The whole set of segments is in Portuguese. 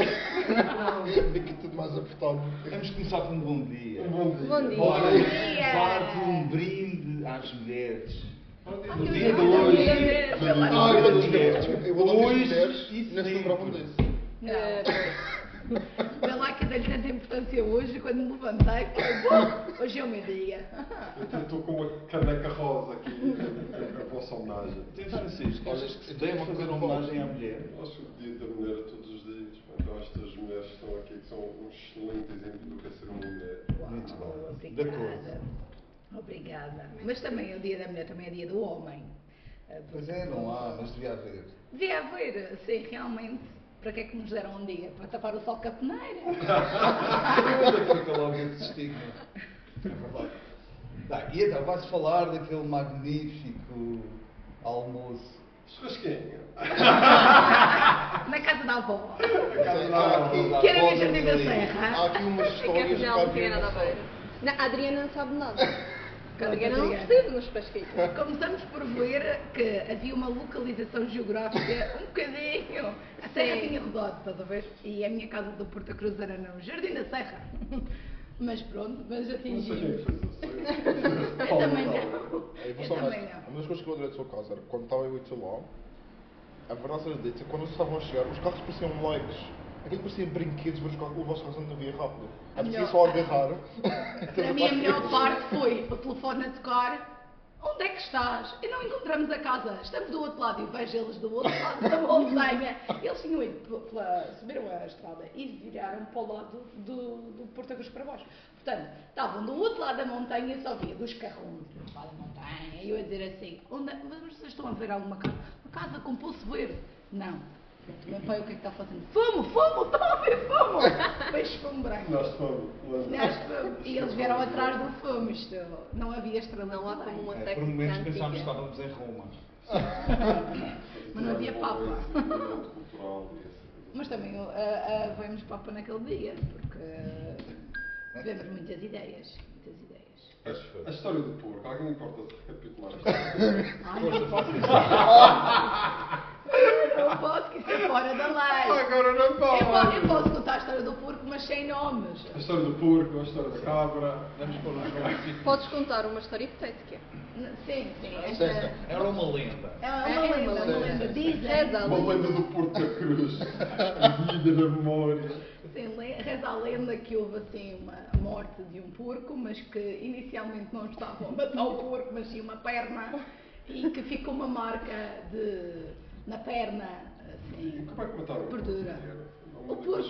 é Fica tudo mais apertado. Vamos começar por um bom dia. Um bom dia. Bom dia. Ora, Bom dia. parte um brinde às mulheres. Ah, No que dia de legal. hoje. Ah, eu vou dar eu vou dar Hoje mulheres e é neste sempre. programa desse. É, Vê lá que dei tanta importância hoje, quando me levantei, falei, "Bom, hoje é o meu dia. Eu estou com uma caneca rosa aqui na vossa homenagem. Então, Francisco, achas que se então é deve fazer uma homenagem à mulher? Acho que o Dia da Mulher é todos os dias. pá. Então, acho que as mulheres que estão aqui que são um excelente exemplo do que é ser uma mulher. Muito bom. De Obrigada. acordo. Obrigada. Mas também o dia da mulher também é dia do homem. Ah, Pois é, não há, mas devia haver. Devia haver, sim, realmente. Para que é que nos deram um dia? Para tapar o sol com a peneira? Fica logo esse estigma. É verdade. Tá, e então, vais falar daquele magnífico almoço. Churrasquinha. Na casa da avó. Há Querem ver voltas Jardim da aí. Serra? Há Ah, aqui umas É que histórias afinal não que tinha nada a ver. cabem- Não, a Adriana não sabe nada. Porque A Pronto, Adriana não Adriana. esteve nos pasquinhos. Começamos por ver que havia uma localização geográfica um bocadinho. A Serra Sim. tinha rodado, estás a ver? E a minha casa do Porta Cruz era no Jardim da Serra. Mas pronto, Não mas sei quem é atingimos. que fez isso. Eu também não. Eu É, vou Eu ser também honesto. não. Uma das coisas que eu adorei da sua casa era que quando estava eu e tu lá, a verdade seja dita, quando eles estavam a chegar, os carros pareciam leigos. Aquilo parecia brinquedos, mas os carros- o vosso carro não via rápido. A É preciso melhor- só agarrar. Para mim a melhor parte foi o telefone a tocar. Onde é que estás? E não encontramos a casa. Estamos do outro lado. E eu vejo eles do outro lado da montanha. Eles tinham ido pela, pela- subiram a estrada e viraram para o lado do, do Porto Cruz para baixo. Portanto, estavam do outro lado da montanha e só via dos carrões do lado da montanha. E eu a dizer assim, onde, mas vocês estão a ver alguma casa? Uma casa com poço verde? Não. O meu pai o que é que está fazendo? Fumo, fumo, estão a ver fumo! Peixe fumo branco. Nós fomos. Nós fomos. E eles vieram atrás do fumo, isto. Não havia estrela Não há lá como um É, ataque por momentos pensámos que antiga. estávamos em Roma. Mas não havia papa. cultural e essa coisa. Mas também uh, uh, vemos papa naquele dia, porque ah, tivemos muitas ideias. Muitas ideias. A história do porco, alguém importa-se recapitular? Ai, não posso dizer. não posso, que isso é fora da lei. Agora não Eu posso, eu posso contar a história do porco, mas sem nomes. A história do porco, a história da cabra. Vamos pôr os nomes. Podes contar uma história hipotética. N- Sim, sim. Esta, Certo. é Era uma lenda. uma É, é lenda, uma uma lenda. lenda. Dizem. Reza a Uma lenda. lenda do Porto da Cruz. Vida na memória. Sim, le- reza a lenda que houve assim uma morte de um porco, mas que inicialmente não estavam a matar o porco, mas sim uma perna, e que ficou uma marca de, na perna, E assim. como é que mataram? o porco? Perdura. Era O uma daquelas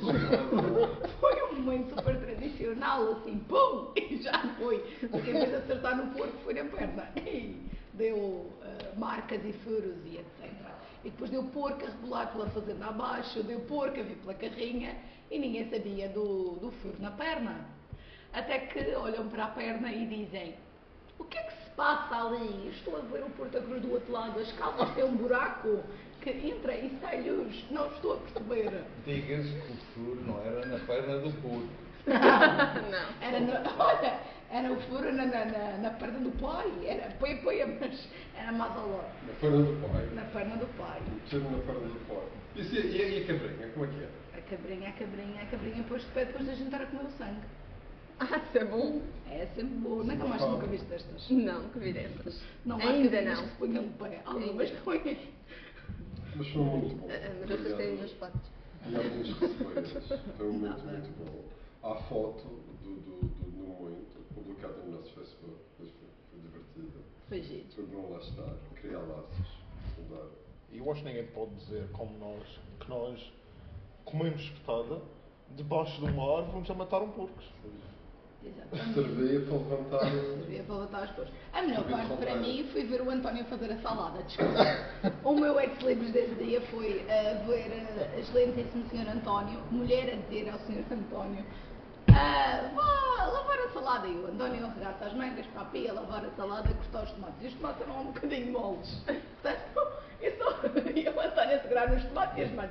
coisas que- foi um momento super tradicional, assim, pum, e já foi. Porque em vez de acertar no porco, foi na perna. E deu eh, marcas e furos e etc. E depois deu porco a rebolar pela fazenda abaixo, deu porco a vir pela carrinha e ninguém sabia do, do furo na perna. Até que olham para a perna e dizem: O que é que se passa ali? Estou a ver o Porta Cruz do outro lado, as calças têm um buraco que entra e sai luz, não estou a perceber. Digas que o futuro não era na perna do porco. Não. Era, no, olha, era o furo na, na, na, na perna do pai, era põe, põe, mas era mais ao lado, Na perna do pai. na perna do pai. Metido na perna do pai. Isso, e, e a cabrinha, como é que é? A cabrinha, a cabrinha, a cabrinha pôs de pé depois de a gente estar a comer o sangue. Ah, isso é bom? É sempre boa, nunca mais nunca viste destas. Não, que vida é essas? Não há Ainda cabrinhas não. que se ponham de pé, algumas Ainda não. põem. Mas foi muito bom. Ah, ah, Mas vocês têm os meus Obrigado. patos. E alguns receberes. Foi muito, muito bom. Há foto do, do, do, do momento publicada no nosso Facebook. Mas foi, foi divertida. Foi giro. Foi bom lá estar, criar laços, mudar. E eu acho que ninguém pode dizer, como nós, que nós comemos espetada, debaixo de uma árvore, vamos a matar um porco. Exatamente. Servia para levantar. Sabia para levantar os pôs. A melhor Sabia parte para saltar. mim foi ver o António fazer a salada, desculpa. o meu ex-libros desse dia foi ah, ver ah, excelentíssimo Sr. António, mulher a dizer ao Sr. António, ah, vá lavar a salada. E o António arregata as mangas para a pia, lavar a salada, cortar os tomates. E os tomates eram um bocadinho moles. Portanto, eu só... e o António a segurar nos tomates e as mãos.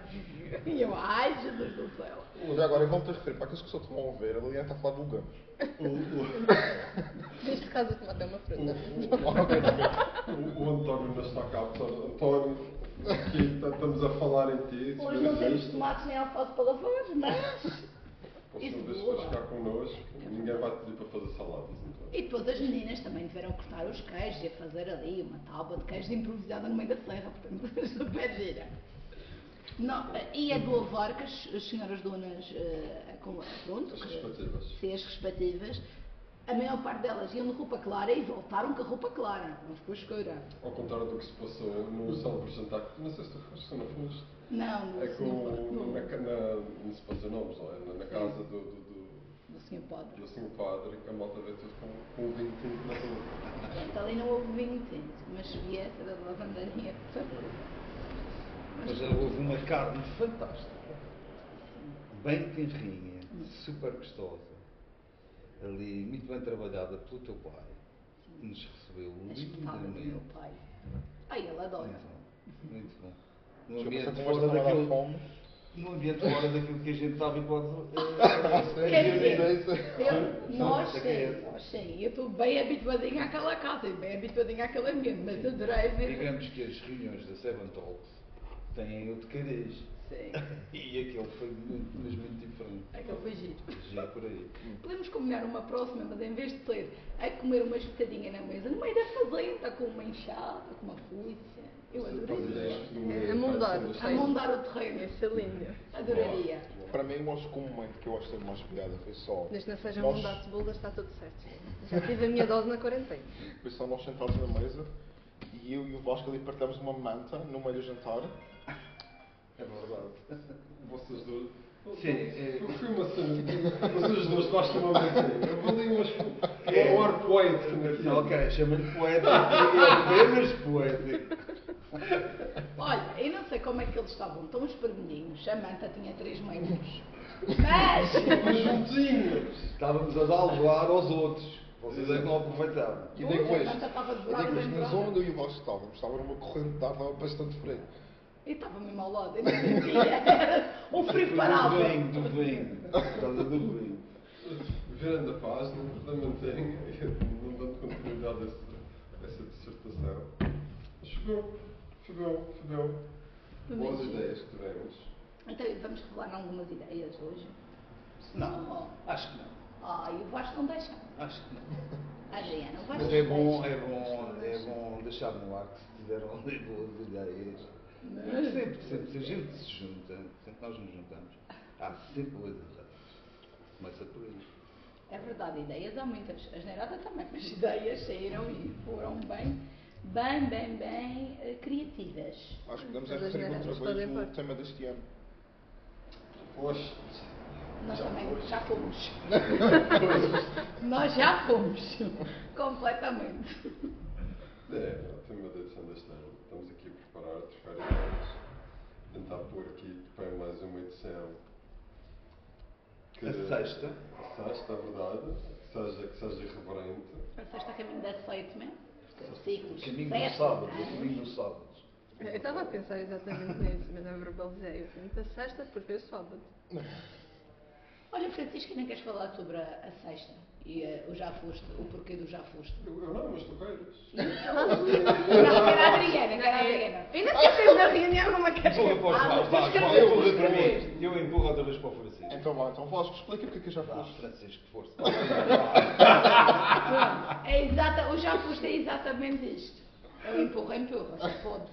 E eu, ai, Jesus do céu. Já agora, eu volto a referir, para aqueles que só estão a ouvir, a Liliana está a falar de Lugano. O, o, Neste caso, o tomate é uma o, fruta. o, o, o António ainda está cá, pessoal. António, Aqui tá- estamos a falar em ti. se Hoje não tiver temos visto, tomates nem alface para lavar, mas. Próxima Isso vez que boa. vais ficar connosco, ninguém vai te pedir para fazer saladas. Então. E depois as meninas também tiveram que cortar os queijos e a fazer ali uma tábua de queijos improvisada no meio da serra, portanto, é super gira. Não, e é do Alvar que as, as senhoras donas, eh, com, pronto, As que- respectivas. sim, as respectivas, a maior parte delas iam de roupa clara e voltaram com a roupa clara, não ficou escura. Ao contrário do que se passou no célebre jantar, que não sei se tu foste ou não foste. Não, do É com. senhor, do, Na, ca- na, não se passa nomes, não é? Na, na casa do. do, do do senhor Padre. do assim padre que a malta vê tudo com, com o vinho tinto na rua. Portanto, ali não houve vinho tinto, mas vi essa da lavandaria, por favor. Mas houve uma carne fantástica, bem tenrinha, super gostosa, ali muito bem trabalhada pelo teu pai, que nos recebeu A espetada do meu lindamente. pai. Ai, ele adora. Muito bom, muito bom. Num Desculpa, essa conversa ambiente fora estava a dar daquilo, fome. num ambiente fora daquilo que a gente estava enquanto. Quer dizer, Isso é- eu, nós Sim. sim, nós sim. Eu estou bem habituadinha àquela casa e bem habituadinha àquele ambiente, mas adorei ver. Digamos que as reuniões da Seven Talks têm outro cariz. Sim, É E aquele foi muito, mas muito diferente. aquele foi giro. Já é por aí. Podemos combinar uma próxima, mas em vez de ser a comer uma espetadinha na mesa, no meio da fazenda, com uma enxada, com uma fuça. Eu adoraria. É, amondar. A mondar o terreno. Isso é lindo. Adoraria. Para mim, o acho que o momento que eu acho que teve mais piada foi só. Desde que não seja nós- um de cebolas, está tudo certo. Já tive a minha dose na quarentena. Foi só nós sentados na mesa e eu e o Vasco ali partilhamos uma manta no meio do jantar. É verdade. Vocês dois. Sim, é- Eu fui uma cena. Vocês dois bastam uma mentira. Eu vou ali umas. É um ar poético naquilo. Ok, chama-lhe poeta. É apenas poeta. Olha, eu não sei como é que eles estavam tão esperminhinhos. A manta tinha três meios. Mas. Mas juntinhos. Estávamos a dar lugar aos outros. Vocês é que não aproveitaram. E Pois, digo a isto, manta estava de eu digo braço isto, em na braço. zona onde eu e o Vasco estávamos, estava numa corrente de ar, estava bastante frio. Eu estava mesmo ao lado, eu não sentia. Era um frio parável. Do vinho, do vinho. Estava do vinho. Virando a página, da mantenha, não dando continuidade a essa, a essa dissertação. Chegou, chegou, chegou. Boas ideias que tivemos. Então vamos revelar algumas ideias hoje. Não, acho que não. Ai, o Vasco não deixa. Acho que não. Adriana, o Vasco Mas é não bom, deixa. é bom, é bom deixar no ar que se tiveram ali boas ideias. Sempre, sempre, se a gente se junta, sempre nós nos juntamos, há sempre boas ideias. Começa por aí. É verdade, ideias há muitas. A generada também, mas ideias saíram e foram bem, bem, bem, bem eh, criativas. Acho que podemos é Mas as referir outra neradas fazem vez o parte. tema deste ano. Foste. Nós Já também foi. já fomos. Nós já fomos. Completamente. É, o tema da edição deste ano. Estamos aqui a preparar, a trocar ideias. Tentar pôr aqui para mais uma edição. Que, A sexta, a sexta, é verdade. Que seja, que seja reverente. Passaste a caminho da Seitman? o Ciclos. caminho do sete sábado, o anos. caminho do sábado. Eu estava a pensar exatamente nisso, mas não verbalizei. Eu fui muita sexta, depois veio sábado. Olha, Francisco, nem queres falar sobre a, a sexta e eh, o já foste, o porquê do já foste? Eu, eu não, mas tu queiras. Não, é- era a Adriana, era a Adriana. Ainda esquecemos da reunião, não me Empurra para o Ah, Vasco, mas tens vá, vá, que eu fazer empurro outra para vez. mim. Eu empurro outra vez para o É. Francisco. Então vá, então Vasco, explica porque é que eu já Vá, fiz. Francisco, força. Pronto, é exata, o já foste é exatamente isto. É Eu empurro, empurro, já pode.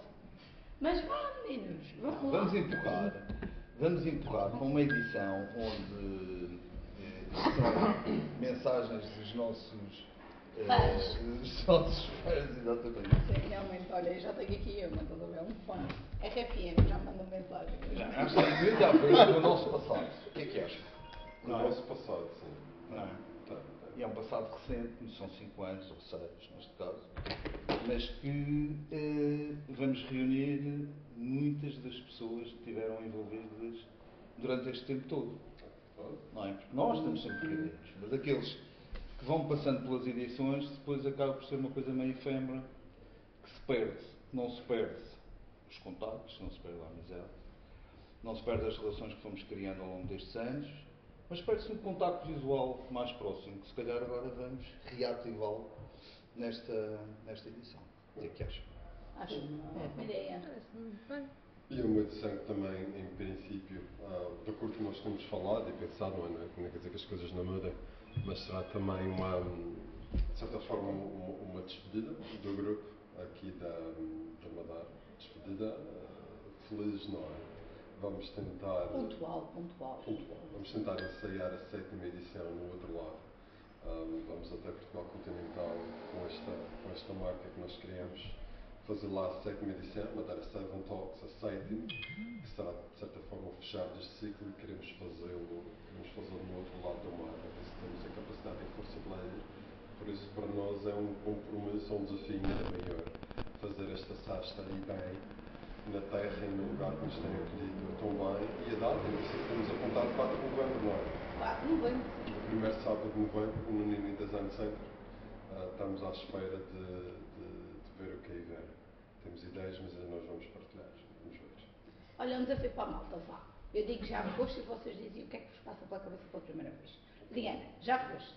Mas vá, meninos, vamos lá. Vamos empurrar. Vamos empurrar para uma edição onde eh, são mensagens dos nossos eh, Fãs. dos nossos fãs, exatamente. Sim, Realmente, olha, eu já tenho aqui eu, mas estás a ver um fã. RFM, já manda mensagem. Acho que já foi do nosso passado. O que é que achas? No Não é? nosso passado, sim. Não é? Tá, tá. E é um passado recente, são 5 anos, ou 6 neste caso, mas que eh, vamos reunir muitas das pessoas que estiveram envolvidas durante este tempo todo. Pronto. Não é? Porque nós estamos sempre reunidos, mas aqueles que vão passando pelas edições, depois acaba por ser uma coisa meio efêmera, que se perde, não se perde os contactos, não se perde a amizade, não se perde as relações que fomos criando ao longo destes anos, mas perde-se um contacto visual mais próximo, que se calhar agora vamos reativá-lo nesta, nesta edição. O que é que acham? Acho uma ótima ideia. Parece-me muito bem. E o muito sangue também, em princípio, ah, de acordo com o que nós temos falado e pensado, não é, não é quer dizer que as coisas não mudem, mas será também uma, de certa forma, uma, uma despedida do grupo aqui da, da Madar. Despedida ah, feliz, não é? Vamos tentar. Pontual, pontual. Pontual. Vamos tentar ensaiar a sétima edição no outro lado. Ahm, vamos até Portugal Continental com esta, com esta marca que nós criamos. Fazer lá a sétima edição, mandar a Seven Talks, a sétima, que será de certa forma o fechar deste ciclo e queremos fazê-lo queremos fazê-lo no outro lado da marca. Por isso temos a capacidade e força de lei. Por isso, para nós é um compromisso, é um desafio ainda maior fazer esta sasta aí bem na terra e no lugar que nos tem acolhido tão bem. E a data, em princípio, estamos a contar 4 de novembro, não é? 4 de novembro. O primeiro sábado de novembro, no Nini Design Center. Ah, estamos à espera de, de- de ver o que aí vem. Temos ideias, mas nós vamos partilhar. Vamos ver. Olha, é um desafio para a malta, vá. Eu digo já foste e vocês dizem o que é que vos passa pela cabeça pela primeira vez. Diana, já foste.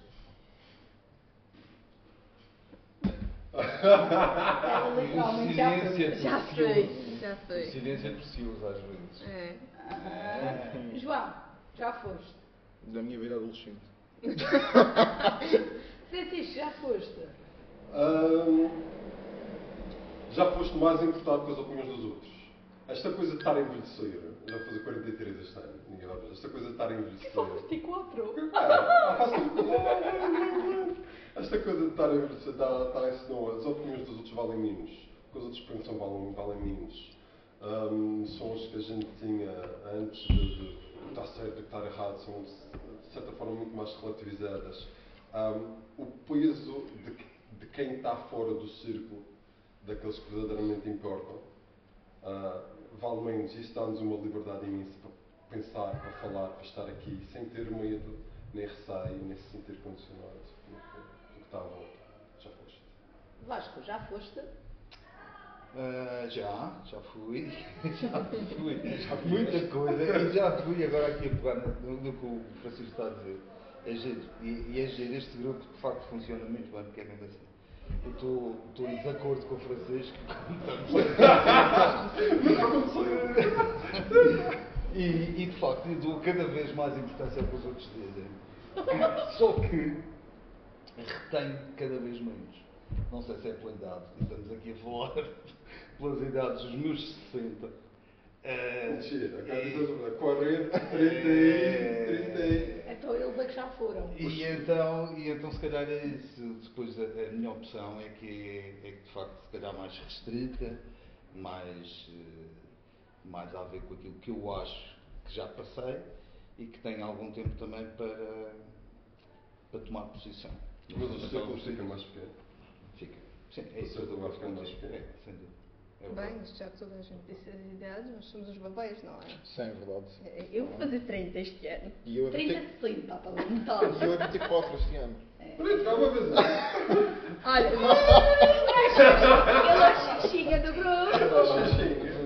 Ela literalmente já foi. Resiliência. Já fui, já fui. Coincidência possível às vezes. É. Ah, João, já foste. Ah, Da minha vida adolescente. Francisco, já foste. Ahm, Ah, já foste mais importado com as opiniões dos outros. Esta coisa de estar a envelhecer, eu já fazer 43 este ano, ninguém vai ver. Esta coisa de estar a envelhecer. Só 24. Esta coisa de estar a envelhecer tá, dá, dá esse dom. As opiniões dos outros valem menos. O que os outros pensam valem, valem menos. Ahm, são os que a gente tinha antes de, de, do que está certo, do que está errado, são de certa forma muito mais relativizadas. Ahm, o peso de, que- de quem está fora do círculo, daqueles que verdadeiramente importam, ah, vale menos. Isso dá-nos uma liberdade imensa para pensar, para falar, para estar aqui, sem ter medo, nem receio, nem se sentir condicionado pelo que- pelo que está tá à volta. Já foste. Vasco, já foste. Ah, já, já fui. Já fui. Muita coisa. E já fui agora aqui a pegar no, no que o Francisco está a dizer. É giro. E, e é giro. Este grupo de facto funciona muito bem, porque é mesmo assim. Eu estou- estou em desacordo com o Francisco. e, e de facto eu dou cada vez mais importância ao que os outros dizem. Só que retenho cada vez menos. Não sei se é pela idade, e estamos aqui a falar pelas idades dos meus 60. Eh, Mentira, agora e- diz a verdade. 40, 30, um, É. 30. Então eles é que já foram. E então, e então se calhar é isso. Depois a, a minha opção é que é, é que de facto se calhar mais restrita, mais, eh, mais a ver com aquilo que eu acho que já passei e que tenho algum tempo também para, para tomar posição. Mas o círculo fica mais pequeno. Fica. Sim, é O isso que eu estou círculo a vai ficando mais pequeno. É, sem dúvida. É verdade. Bem, já toda a gente disse as idades, mas somos os babéis, não é? Sim, é verdade. Eu vou fazer 30 este ano. E eu 30, até 60, pelo e eu menos. a 24 este ano. é. Pronto, vai uma vez. Olha, Ele é a xixinha do grupo. Xixinha.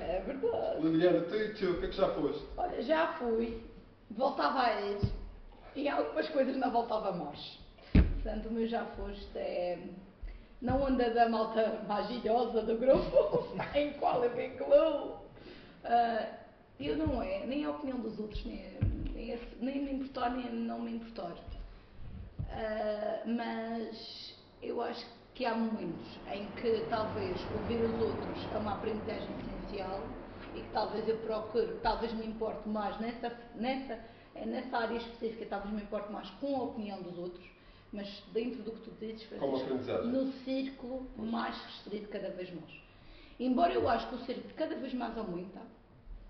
É verdade. Liliana, tu e tu, o que é que já foste? Olha, já fui, voltava a ir e algumas coisas não voltava mais. Portanto, o meu já foste é na onda da malta magilhosa do grupo, em qual eu me incluo. Ah, eu não é, nem a opinião dos outros, nem, nem, esse- nem me importar, nem não me importar. Ah, mas eu acho que há momentos em que talvez ouvir os outros é uma aprendizagem essencial e que talvez eu procure, talvez me importe mais nessa, nessa, eh, nessa área específica, talvez me importe mais com a opinião dos outros, mas dentro do que tu dizes, Como Francisco, aprendizagem. no círculo mais restrito cada vez mais. Embora eu acho que o círculo cada vez mais aumenta,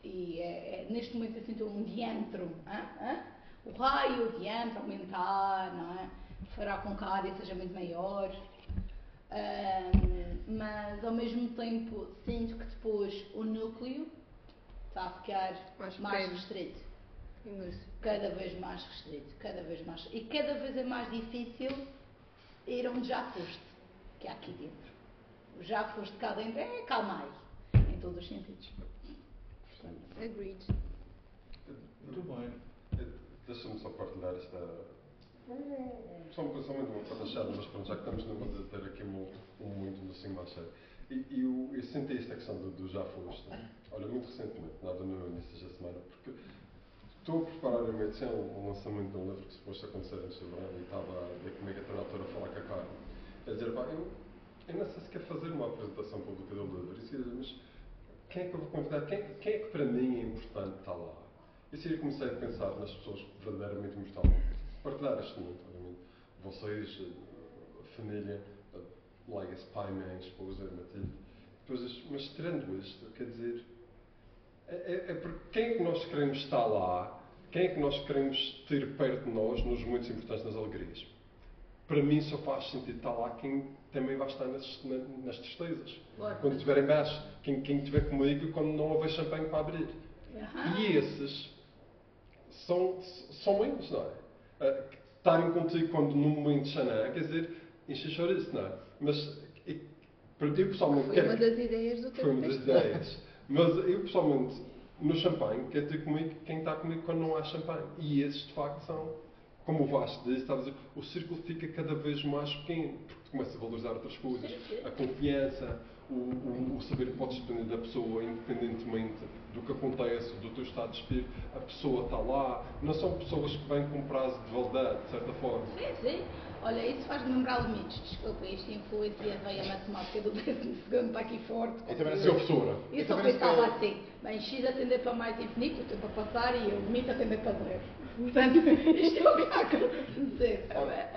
e é, é, neste momento eu sinto um diâmetro, hã? Hã? o raio, o diâmetro aumentar, não é? fará com que a área seja muito maior, Ahm, mas ao mesmo tempo sinto que depois o núcleo está a ficar Mais mais, pequeno. restrito, Inútil. cada vez mais restrito, cada vez mais, e cada vez é mais difícil ir onde já foste, que é aqui dentro. O Já foste cá dentro é calmar, em todos os sentidos. Portanto, Agreed. Muito bem. É, Deixa-me só partilhar esta. Só uma coisa, só muito uma patachada, mas pronto, já que estamos numa de ter aqui um, um muito no assim mais sério. E e eu, eu senti esta questão do, do já foste, olha, muito recentemente, nada no início da semana, porque estou a preparar a minha edição, um lançamento de um livro que suposto acontecer antes do verão e estava a ver como é que a tradutora falar com a Carmen. A dizer, pá, eu, eu não sei se quer fazer uma apresentação pública do livro, e disse, mas quem é que eu vou convidar? Quem, quem é que para mim é importante estar lá? E assim eu comecei a pensar nas pessoas que verdadeiramente me estão a partilhar este mundo, obviamente. Vocês, eh, a família, eh, legacy, pai, mãe, esposa, Matilde. Depois, isto- mas tirando isto, quer dizer, é, é, é porque quem é que nós queremos estar lá? Quem é que nós queremos ter perto de nós nos momentos importantes, nas alegrias? Para mim só faz sentido estar lá quem também vai estar nas, na- nas tristezas. Claro. Quando estiver em baixo, quem, quem estiver comigo e quando não houver champanhe para abrir. Aham. E esses são, são eles, não é? Ah, que Estarem contigo quando num momento de xanã, quer dizer, enche isso, não é? Mas e- para ti pessoalmente Foi quero uma das ideias do que foi teu uma das texto. ideias. Mas eu pessoalmente, no champanhe, quero ter comigo quem está comigo quando não há champanhe. E esses de facto são, como o Vasco disse, estava a dizer, o círculo fica cada vez mais pequeno, porque tu começa a valorizar outras coisas, Sim, sim. a confiança, o, o- o saber que podes depender da pessoa, independentemente do que acontece, do teu estado de espírito, a pessoa está lá. Não são pessoas que vêm com prazo de validade, de certa forma. Sim, sim. Olha, isso faz-me lembrar limites. Desculpa, isto influencia bem a matemática do 12 segundo para aqui forte. Eu também não Seu é professora. Eu só também pensava sei. é. assim, bem, X a tender para mais infinito, o tempo a passar e eu limite a tender para zero. Portanto, isto é o que está a acontecer. Ora,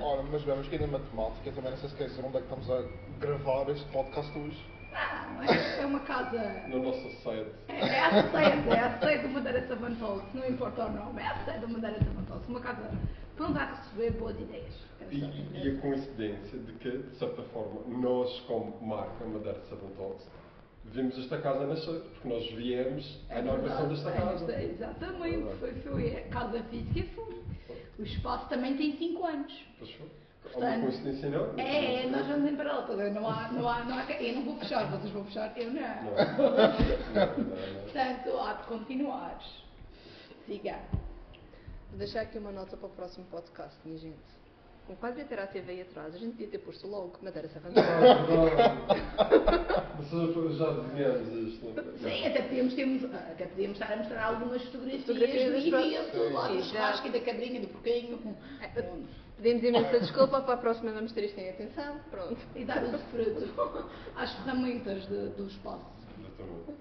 Ah, Ora, mas vamos que ainda em matemática, também não sei se quer dizer onde é que estamos a gravar este podcast hoje. Não, é- é uma casa. Na nossa sede. É a sede, é a sede do Madeira Savantoso, não importa o nome, é a sede do Madeira Savantoso, uma casa pronta a receber boas ideias. é E, e a coincidência de que, de certa forma, nós, como marca Madeira de Southern Talks, vimos esta casa nascer, porque nós viemos à inauguração desta casa. É, Exatamente, foi, foi é, a casa física e foi. O espaço também tem 5 anos. Pois foi. Há uma Portanto, coincidência enorme. É, é, nós vamos em paralelo, toda, não há, não há, não há, eu não vou fechar, vocês vão fechar, eu Não, não. não, não, não. Portanto, há de continuar. Siga. Vou deixar aqui uma nota para o próximo podcast, minha gente. Com quase a ter a TV aí atrás, a gente devia ter posto logo Madeira Savantosa. Mas já desenhamos isto. é? Sim, até podíamos, termos, até podíamos estar a mostrar algumas fotografias do Fotografias das evento, próprias- lá do Sim, churrasco e da cadrinha, do porquinho. Pronto. Pedimos imensa desculpa, para a próxima vamos ter isto em atenção. Pronto. E dar usufruto às ferramentas de- do espaço. Exatamente.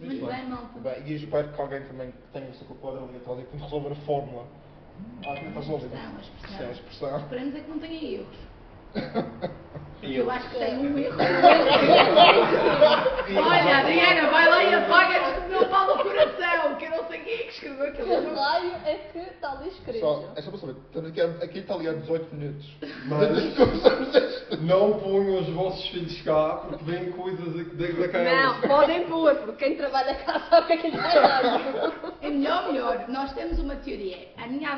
Muito bem. bem, malta. Bem, e espero que alguém também que tenha o seu quadro ali atrás e que resolver a fórmula. Ah, que estás resolvido. Expressão, expressão. Expressão, expressão. Esperemos é que não tenha erros. E Eu eu? acho que tem um erro. Olha, Diana, vai lá e apaga este meu pau no coração, que eu não sei quem é que escreveu aquele Que livro. raio é que está ali escrito? Só, é só para saber, estamos aqui, aqui está ali há 18 minutos. Mas não ponham os vossos filhos cá, porque vêm coisas da- daquelas. Não, podem pôr, porque quem trabalha cá sabe o que é que lhe vai dar. É melhor, melhor. Nós temos uma teoria. A minha, a,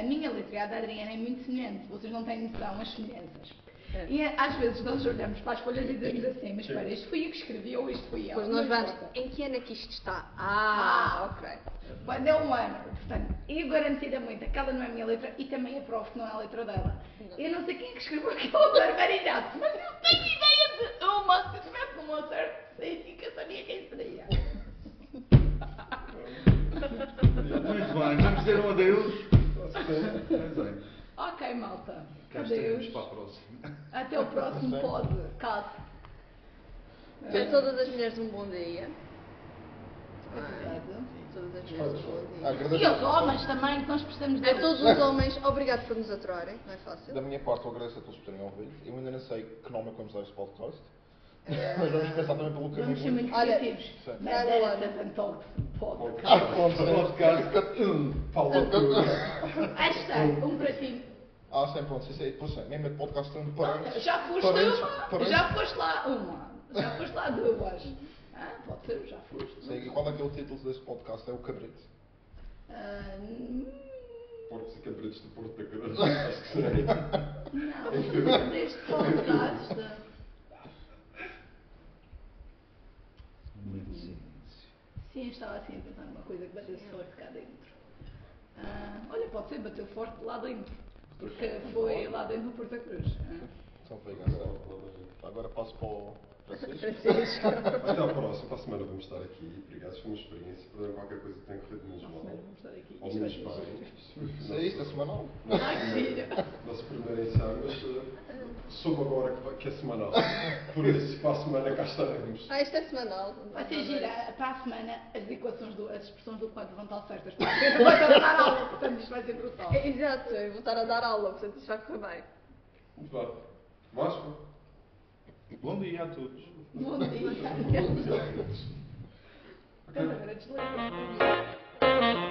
a minha letra e a da Adriana é muito semelhante. Vocês não têm noção as semelhanças. É. E às vezes nós olhamos para as folhas e dizemos assim, mas espera, isto fui eu que escrevi ou isto fui eu. Pois nós Não vamos. importa. Em que ano é que isto está? Ah, ok. Quando é um ano, portanto, eu garantidamente aquela não é a minha letra e também aprovo que não é a letra dela. Eu não sei quem é que escreveu aquela barbaridade, mas eu tenho ideia de uma, se eu tivesse um Mozart, sei sim que eu sabia quem seria. Muito bem, vamos dizer um adeus. Mas é, Ok, malta. cá estaremos Adeus. para a próxima. Até o próximo pod, caso. Para todas as mulheres um bom dia. Ah, É verdade. Todas as mulheres um bom dia. Agradeço. E aos homens também, que nós precisamos A deles. todos os homens, obrigado por nos aturarem, não é Da fácil. minha parte, eu agradeço a todos por terem ouvido. Eu ainda não sei que nome é que vamos dar este podcast. Eh, Mas vamos pensar também pelo Vamos ser caminho. muito Olha, criativos. sim. Madeira Savantoque Pod. Podcast. Paulo Cruz. Hashtag, um pratinho. Ah, sim, pronto. Isso é, pois é, mesmo é podcast tem parentes. Então, Já foste parentes, uma, parentes. já foste lá uma, já foste lá duas. Ah, pode ser, já foste. Sim, e qual é que é o título deste podcast? É o Cabrito. Ah, hum, Portos e Cabritos do Porto da Cruz. Acho que serei. não, não é deste podcast. Momento de silêncio. Sim, estava assim a pensar numa coisa que batesse forte cá dentro. Ah, olha, pode ser, bateu forte lá dentro. Porque foi lá dentro do Porta Cruz. ah. São Vegas. Então, Agora passo para o. Francisco. Até à próxima, Então, para a semana vamos estar aqui. Obrigado, foi uma experiência. Para qualquer coisa que tenha corrido menos mal. Vamos estar aqui. Ou menos bem. Isso é isto, é semanal. Ai, que giro. Nosso primeiro ensaio, mas eh, soube agora que, vai- que é semanal. Por isso, para a semana cá estaremos. Ah, isto é semanal. é Vai ser gira para a semana as equações, do, as expressões do quadro vão estar certas. Porque eu vou dar aula, portanto isto vai ser brutal. É, Exato, eu vou estar a dar aula, portanto isto vai correr bem. Muito bem. Máscara? Bom dia a todos. Bom dia. Obrigado. Então, agora desliga.